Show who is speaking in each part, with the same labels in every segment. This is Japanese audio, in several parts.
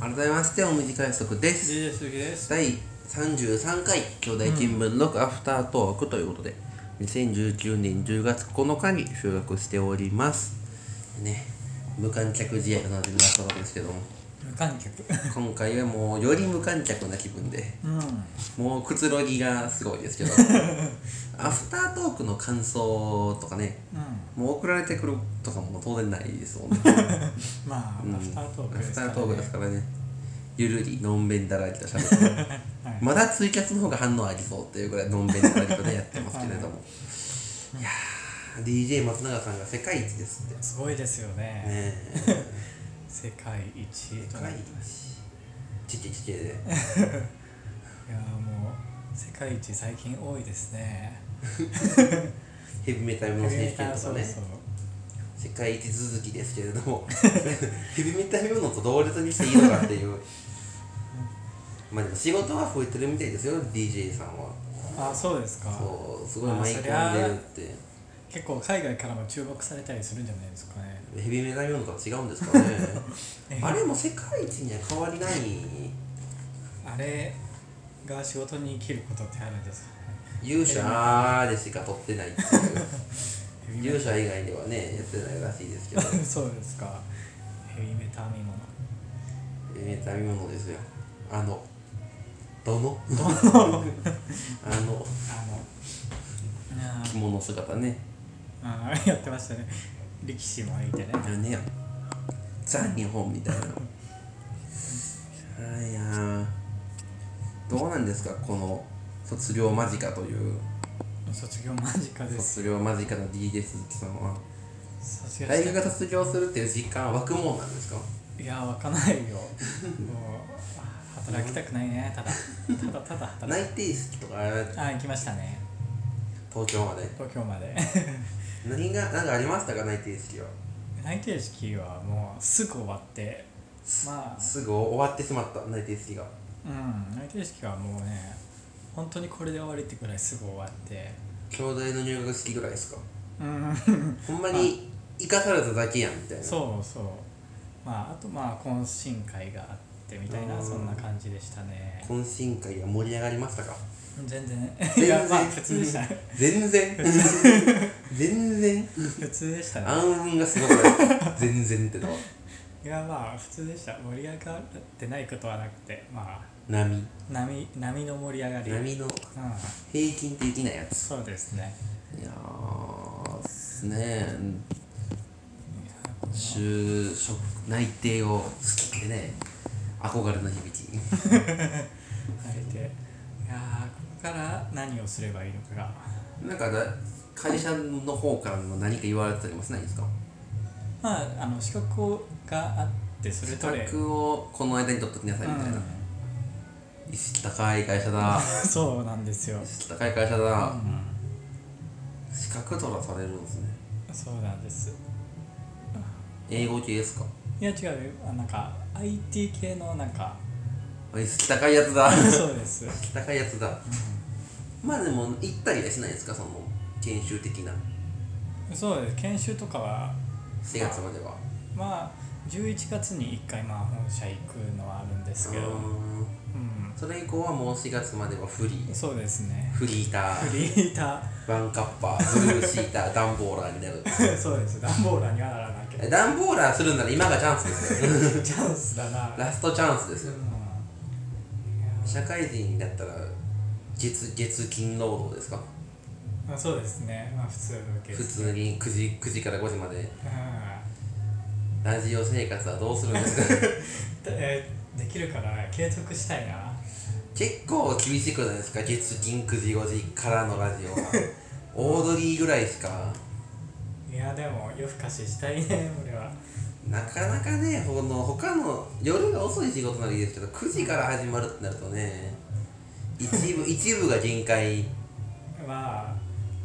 Speaker 1: 改めましておむじ快速です
Speaker 2: DJ 鈴木です
Speaker 1: 第33回兄弟見聞録アフタートークということで、2019年10月9日に収録しておりますね無観客試合となってますわけですけども
Speaker 2: 無観客
Speaker 1: 今回はもうより無観客な気分で
Speaker 2: うん
Speaker 1: もうくつろぎがすごい ですけどアフタートークの感想とかね
Speaker 2: うん
Speaker 1: もう送られてくるとかも当然ないですもんね
Speaker 2: まあ、
Speaker 1: うん
Speaker 2: アフタートーク
Speaker 1: ア
Speaker 2: で
Speaker 1: フ
Speaker 2: す
Speaker 1: タ
Speaker 2: から、ね、
Speaker 1: ートークですからねゆるりのんべんだらりとしゃべって
Speaker 2: はい
Speaker 1: まだツイキャスの方が反応ありそうっていうぐらいのんべんだらりとねやってますけれどもいやー DJ 松永さんが世界一ですってね
Speaker 2: すごいですよね
Speaker 1: え
Speaker 2: 世界一
Speaker 1: 世
Speaker 2: と
Speaker 1: 界
Speaker 2: い
Speaker 1: 一ちっちゃいちっちゃいで
Speaker 2: やーもう世界一最近多いですね
Speaker 1: ヘビメタルの選手権と
Speaker 2: そ
Speaker 1: か
Speaker 2: う
Speaker 1: ね
Speaker 2: そう
Speaker 1: 世界一続きですけれど もヘビメタルのと同列にしていいのかっていうまあでも仕事は増えてるみたいですよ DJ さんは
Speaker 2: あそうですか
Speaker 1: そうすごい舞い込んでるって
Speaker 2: 結構海外からも注目されたりするんじゃないですかね
Speaker 1: ヘビメタルのとは違うんですかね
Speaker 2: ね
Speaker 1: あれも世界一には変わりない
Speaker 2: あれが仕事に生きることってあるんですかね
Speaker 1: 勇者でしか撮ってないっていう勇者以外ではねやってないらしいですけど
Speaker 2: そうですかヘビメタ見物
Speaker 1: ヘビメタルものですよあのどのあの
Speaker 2: あのあ
Speaker 1: 着物姿ね
Speaker 2: あーやってましたね力士もいてね
Speaker 1: あのねザ日本みたいなあいやーどうなんですかこの卒業間近という
Speaker 2: 卒業間近です
Speaker 1: 卒業間近の DJ 鈴木さんは
Speaker 2: 卒業
Speaker 1: 大
Speaker 2: し
Speaker 1: 学が卒業するっていう実感は湧くもんなんですか
Speaker 2: たいやわかんないよもうあ働きたくないねただただただ働
Speaker 1: 内
Speaker 2: き
Speaker 1: 定式とか
Speaker 2: あー行きましたね
Speaker 1: 東京まで
Speaker 2: 東京 まで
Speaker 1: 何が何かありましたか内定式は
Speaker 2: 内定式はもうすぐ終わってまあ
Speaker 1: すぐ終わってしまった内定式が
Speaker 2: うん内定式はもうね本当にこれで終わりってくらいすぐ終わって
Speaker 1: 兄弟の入学式ぐらいですか
Speaker 2: うん
Speaker 1: ほんまに生かされただけやんみたいな
Speaker 2: そうそうまああとまあ懇親会があってみたいな
Speaker 1: うん
Speaker 2: そんな感じでしたね
Speaker 1: 懇親会は盛り上がりましたか
Speaker 2: 全然
Speaker 1: 然
Speaker 2: いやまあ普通でした
Speaker 1: 全 然全然
Speaker 2: 普通でしたね
Speaker 1: 暗雲がすごい全然ってのはい
Speaker 2: やまあ普通でした盛り上がってないことはなくてまあ
Speaker 1: 波
Speaker 2: 波波の盛り上がりうん
Speaker 1: 波の平均的なやつ
Speaker 2: そうですね
Speaker 1: いやーすね就職内定を好きってね憧れの響き
Speaker 2: あえていやーここから何をすればいいのかが
Speaker 1: なんかだ会社の方からも何か言われたりもしないんですか
Speaker 2: まああの資格をがあってそれ
Speaker 1: 資
Speaker 2: とれ
Speaker 1: 格をこの間に取っときなさいみたいな、
Speaker 2: う
Speaker 1: 意識高い会社だ
Speaker 2: ん そうなんですよ
Speaker 1: 意、識高い会社だ
Speaker 2: う、ん、
Speaker 1: 資格取らされるんですね
Speaker 2: そうなんです
Speaker 1: 英語系ですか
Speaker 2: いや違うよあなんか IT 系のな んか
Speaker 1: あ意識高いやつだ意
Speaker 2: そうです、うん
Speaker 1: 識高いやつだまあでも行ったりはしないですかその研修的な
Speaker 2: そうです研修とかは
Speaker 1: 4月までは
Speaker 2: まあ11月に1回まあ本社行くのはあるんですけど、
Speaker 1: うー
Speaker 2: う
Speaker 1: ん
Speaker 2: ん、
Speaker 1: それ以降はもう4月まではフリー
Speaker 2: そうですね
Speaker 1: フリーター
Speaker 2: フリー タ
Speaker 1: ワンカッパーブルーシーターダンボーラーになる
Speaker 2: ーそうです段ボーラーにはならないけど
Speaker 1: ダンボーラーするなら今がチャンスですよ
Speaker 2: チャンスだな、うん、いや
Speaker 1: ラストチャンスですよ
Speaker 2: ー
Speaker 1: 社会人になったら月月金労働ですか
Speaker 2: まあそうですねまあ普通のケー
Speaker 1: 普
Speaker 2: ス
Speaker 1: 通に9時 ,9 時から5時まで
Speaker 2: うん
Speaker 1: ラジオ生活はどうするんです か
Speaker 2: だえーできるから継続したいな
Speaker 1: 結構厳しくないですか月金9時5時からのラジオは オードリーぐらいしか
Speaker 2: いやでも夜更かししたいね俺は
Speaker 1: なかなかねこの他の夜が遅い仕事ならいいですけど9時から始まるってなるとね一 部一部が限界
Speaker 2: まあ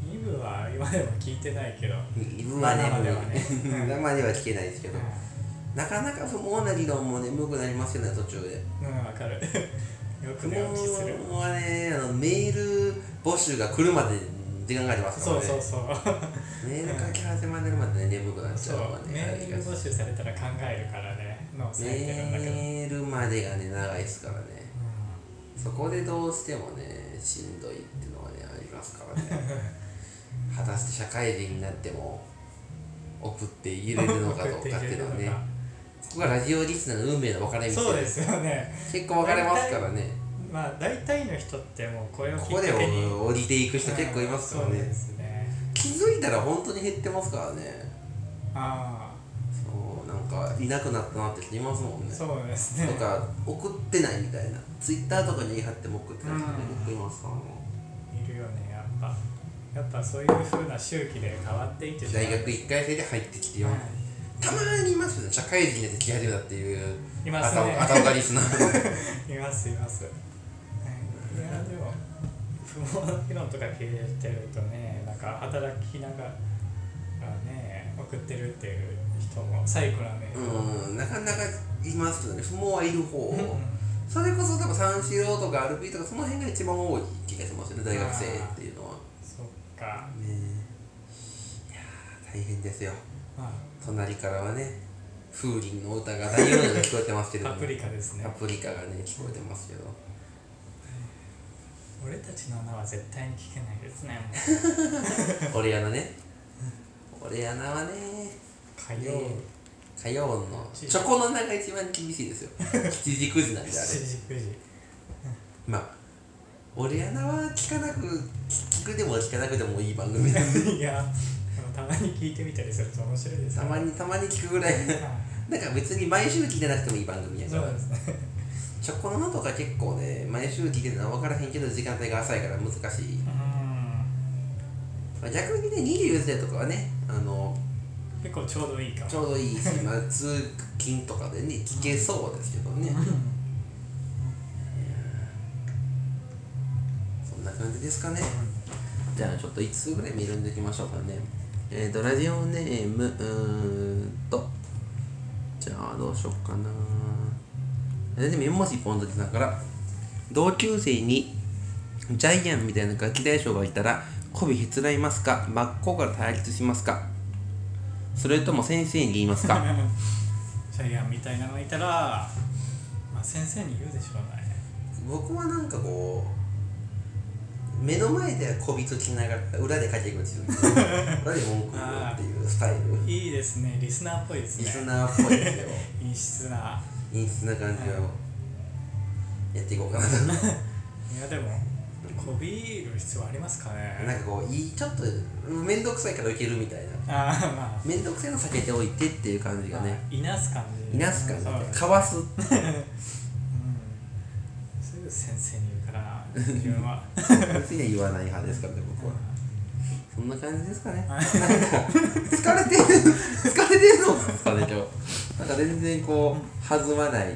Speaker 2: 2部は今でも聞いてないけど、
Speaker 1: 今まで
Speaker 2: 生では ね
Speaker 1: ね生までは聞けないですけど
Speaker 2: う
Speaker 1: なかなか不毛な理論も眠くなりますよね途中で
Speaker 2: んうんわかるよ
Speaker 1: 不
Speaker 2: く
Speaker 1: 毛
Speaker 2: 寝起きする
Speaker 1: はねあのメール募集が来るまで時間がありますか
Speaker 2: そ
Speaker 1: ら
Speaker 2: う
Speaker 1: ね
Speaker 2: そうそう
Speaker 1: メール書き始まるまでね眠くなっち
Speaker 2: そ
Speaker 1: ゃ
Speaker 2: う
Speaker 1: うわね
Speaker 2: メール募集されたら考えるからね脳抑えてるんだけど、
Speaker 1: メールまでがね長いですからねそこでどうしてもねしんどいっていうのはねありますから ね果たして社会人になっても送って入れるのかどうかっていうのはねここがラジオリスナーの運命の分かれ道
Speaker 2: そうですよね
Speaker 1: 結構分かれますからね
Speaker 2: まあ大体の人ってもうこれを
Speaker 1: こ
Speaker 2: きっ
Speaker 1: こ
Speaker 2: かけ
Speaker 1: で
Speaker 2: に
Speaker 1: 降りていく人結構いますから
Speaker 2: うんそうで
Speaker 1: ね
Speaker 2: すね
Speaker 1: 気づいたら本当に減ってますからね
Speaker 2: あ
Speaker 1: そうなんかいなくなったなって人いますもん
Speaker 2: あ
Speaker 1: ね
Speaker 2: そうですね
Speaker 1: とか送ってないみたいなツイッターとかに言い張っても送ってない人ね
Speaker 2: うん
Speaker 1: 僕いますからね
Speaker 2: いるよねやっぱやっぱそういう風な周期で変わっていってしまう
Speaker 1: 大学1回生で入ってきてよ、
Speaker 2: はい
Speaker 1: たまーにいますよね社会人ででき始めたっていう
Speaker 2: い
Speaker 1: あ
Speaker 2: ます
Speaker 1: た
Speaker 2: ね
Speaker 1: あたおかリスナー
Speaker 2: いますいます、はい、いやでも不毛な議論とか経営してるとねなんか働きながらね送ってるっていう人もサイコラメールを
Speaker 1: うんなかなかいますよね不毛はいる方
Speaker 2: うん
Speaker 1: それこそ多分三四郎とか RP とかその辺が一番多い気がしますよね大学生っていうのはね
Speaker 2: そっか
Speaker 1: えいやー大変ですよ
Speaker 2: ま
Speaker 1: 隣からはね風鈴の歌が大音量で聞こえてますけれど
Speaker 2: あ パ
Speaker 1: も
Speaker 2: プリカですね
Speaker 1: パプリカがね聞こえてますけど
Speaker 2: 俺たちの名は絶対に聞けないですねもう
Speaker 1: 俺やなね 俺やなはね
Speaker 2: 火曜
Speaker 1: ね火曜のチョコの名が一番厳しいですよ7時9時なんであれ
Speaker 2: 7時9時
Speaker 1: まあ俺やなは聞かなく聞くでも聞かなくてもいい番組 です
Speaker 2: いやでもたまに聞いてみたりすると面白いです
Speaker 1: たまにたまに聞くぐらいなんか別に毎週聞いてなくてもいい番組やか
Speaker 2: そう
Speaker 1: ら
Speaker 2: ですね
Speaker 1: チョコの名とか結構ね毎週聞いてるのは分からへんけど時間帯が浅いから難しい
Speaker 2: うん
Speaker 1: まあ逆にね24時代とかはねあの
Speaker 2: 結構ちょうどいいかも
Speaker 1: ちょうどいいし、まあ、通勤とかでね聞けそうですけどね
Speaker 2: うん
Speaker 1: そんな感じですかねじゃあちょっと5つぐらい見るんでいきましょうかねえっ、とラジオネームうーんとじゃあどうしよっかなラジオネームもしポンドさんから同級生にジャイアンみたいなガキ大将がいたら媚びへつらいますか真っ向から対立しますかそれとも先生に言いますか
Speaker 2: ジャイアンみたいなのがいたら、まあ、先生に言うでしょうね
Speaker 1: 僕はなんかこう目の前ではこびときながら裏で駆け口を言う 裏で文句言うっていうスタイル
Speaker 2: いいですねリスナーっぽいです
Speaker 1: リス
Speaker 2: ね
Speaker 1: ナーっぽいですよ
Speaker 2: 陰湿な
Speaker 1: 陰湿な感じ
Speaker 2: は
Speaker 1: をやっていこうかなと
Speaker 2: いやでもこびる必要ありますか
Speaker 1: な
Speaker 2: ね
Speaker 1: んかこういいちょっと面倒くさいからいけるみたいな
Speaker 2: ああまあ
Speaker 1: 面倒くさいの避けておいてっていう感じが
Speaker 2: ま
Speaker 1: ね
Speaker 2: あいなす感じ
Speaker 1: いなす感じ
Speaker 2: そう
Speaker 1: でかわす
Speaker 2: うんすぐ先生に言うから自分 は
Speaker 1: 別には言わない派ですからね僕はそんな感じですかね
Speaker 2: は
Speaker 1: なんかこう疲れてる疲れてるの疲れちゃうなんか全然こう弾まない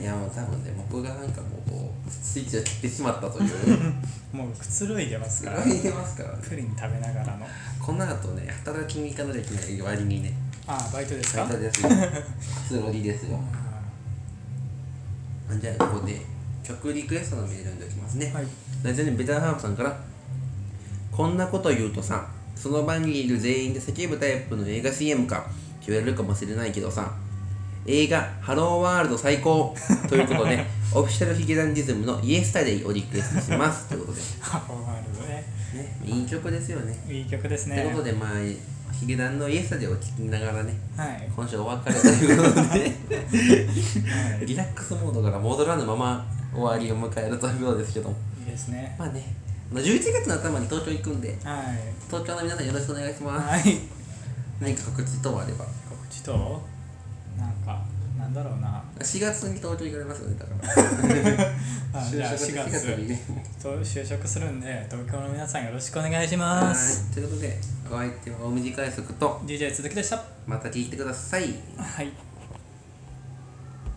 Speaker 1: いやもう多分ね僕がなんかもうこうスイッチを切ってしまったという
Speaker 2: もうくつろいでます
Speaker 1: そ
Speaker 2: か
Speaker 1: れ
Speaker 2: ら
Speaker 1: は言えますからね
Speaker 2: プリン食べながらの
Speaker 1: この後ね働きに行かなきゃいけない割にね
Speaker 2: ああバイトですか
Speaker 1: 大体ですよくつろぎですよじゃあここで曲リクエストのメールにできますね、
Speaker 2: はい
Speaker 1: ラジオネームベターハーフさんからこんなこと言うとさその場にいる全員で叫ぶタイプの映画 CM か言われるかもしれないけどさ映画「ハローワールド最高」ということでオフィシャルヒゲダンディズムの「イエスタデイ」をリクエストしますということ
Speaker 2: ハローワールドね
Speaker 1: で、ね、いい曲ですよね
Speaker 2: いい曲です
Speaker 1: と
Speaker 2: ね
Speaker 1: いうことでまあヒゲダンの「イエスタデイ」を聴きながらね
Speaker 2: はい
Speaker 1: 今週お別れということで
Speaker 2: はい
Speaker 1: リラックスモードから戻らぬまま終わりを迎えるということですけども
Speaker 2: いいですね。
Speaker 1: まあねあの11月の頭に東京行くんで
Speaker 2: はい。
Speaker 1: 東京の皆さんよろしくお願いします
Speaker 2: はい。
Speaker 1: 何か告知等あれば
Speaker 2: 告知と、なんか、なんだろうな。
Speaker 1: 4月に東京行かれますよねだから
Speaker 2: あじゃあ4
Speaker 1: 四
Speaker 2: 月
Speaker 1: にね
Speaker 2: と就職するんで、東京の皆さんよろしくお願いし
Speaker 1: は
Speaker 2: ます。
Speaker 1: いということでお相手は大短い速と
Speaker 2: DJ 続きでした。
Speaker 1: また聞いてください
Speaker 2: はい。